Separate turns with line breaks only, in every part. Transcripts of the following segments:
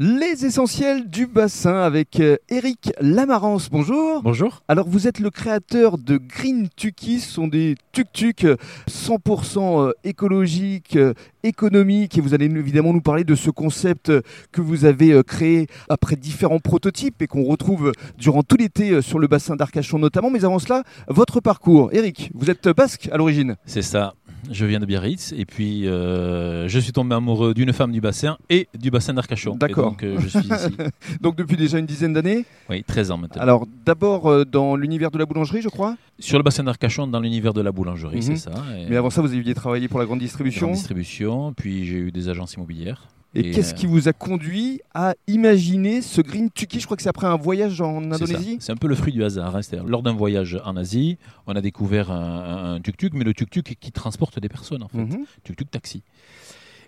Les essentiels du bassin avec euh, Eric Lamarance. Bonjour.
Bonjour.
Alors vous êtes le créateur de Green Tuki, ce sont des tuk-tuk euh, 100% euh, écologiques, euh, économiques et vous allez nous- évidemment nous parler de ce concept euh, que vous avez euh, créé après différents prototypes et qu'on retrouve euh, durant tout l'été euh, sur le bassin d'Arcachon notamment. Mais avant cela, votre parcours. Eric, vous êtes euh, basque à l'origine.
C'est ça. Je viens de Biarritz et puis euh, je suis tombé amoureux d'une femme du bassin et du bassin d'Arcachon. Et
D'accord.
Donc euh, je suis ici.
Donc depuis déjà une dizaine d'années.
Oui, 13 ans maintenant.
Alors d'abord euh, dans l'univers de la boulangerie, je crois.
Sur le bassin d'Arcachon, dans l'univers de la boulangerie,
Mhm.
c'est ça. Et
Mais avant ça, vous aviez travaillé pour la grande
grande
distribution.
distribution. Puis j'ai eu des agences immobilières.
Et, qu'est-ce
euh,
qui vous a conduit à imaginer ce Green Tuki Je crois que c'est après un voyage en
c'est
Indonésie
ça. C'est un peu le fruit du hasard. hein. C'est-à-dire, Lors d'un voyage en Asie, on a découvert un un tuk-tuk, mais le tuk-tuk qui transporte des personnes en fait.
Mhm.
tuk-tuk taxi.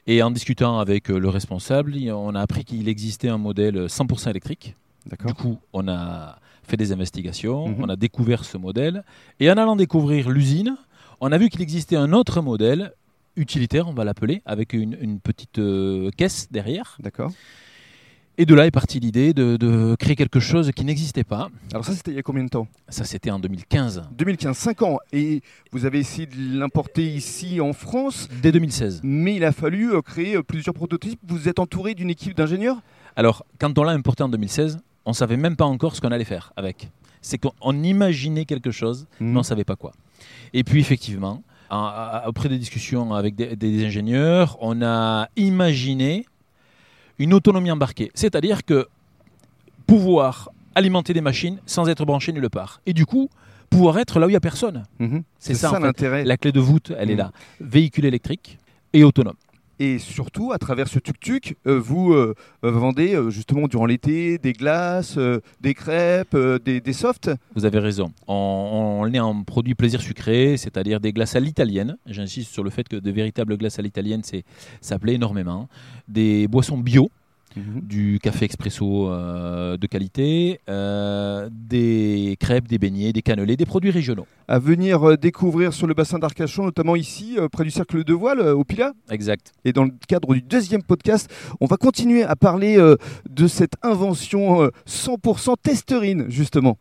Et en discutant avec euh, le responsable, il- on a appris qu'il existait un modèle 100% électrique.
D'accord.
Du coup, on a fait des investigations,
Mhm.
on a découvert ce modèle. Et en allant découvrir l'usine, on a vu qu'il existait un autre modèle utilitaire, on va l'appeler, avec une, une petite euh, caisse derrière.
D'accord.
Et de là est partie l'idée de, de créer quelque chose qui n'existait pas.
Alors ça, c'était il y a combien de temps
Ça, c'était en 2015.
2015, 5 ans. Et vous avez essayé de l'importer ici en France,
Dès 2016.
mais il a fallu euh, créer euh, plusieurs prototypes. Vous êtes entouré d'une équipe d'ingénieurs
Alors, quand on l'a importé en 2016, on savait même pas encore ce qu'on allait faire avec. C'est qu'on on imaginait quelque chose, mais on savait pas quoi. Et puis, effectivement, a- a- après des discussions avec des, des ingénieurs, on a imaginé une autonomie embarquée. C'est-à-dire que pouvoir alimenter des machines sans être branché nulle part. Et du coup, pouvoir être là où il n'y a personne.
Mhm.
C'est ça, Mm. en fait.
l'intérêt.
La clé de voûte, elle est
Mhm.
là. Véhicule électrique et autonome.
Et surtout, à travers ce tuk-tuk, euh, vous euh, euh, vendez euh, justement durant l'été des glaces, euh, des crêpes, euh, des, des softs.
Vous avez raison. On, on est en produit plaisir sucré, c'est-à-dire des glaces à l'italienne. J'insiste sur le fait que de véritables glaces à l'italienne, c'est, ça plaît énormément. Des boissons bio, du café expresso euh, de qualité, euh, des crêpes, des beignets, des cannelés, des produits régionaux.
à venir euh, découvrir sur le bassin d'Arcachon, notamment ici, euh, près du cercle de voile, euh, au Pila.
Exact.
Et dans le cadre du deuxième podcast, on va continuer à parler euh, de cette invention euh, 100% testerine, justement.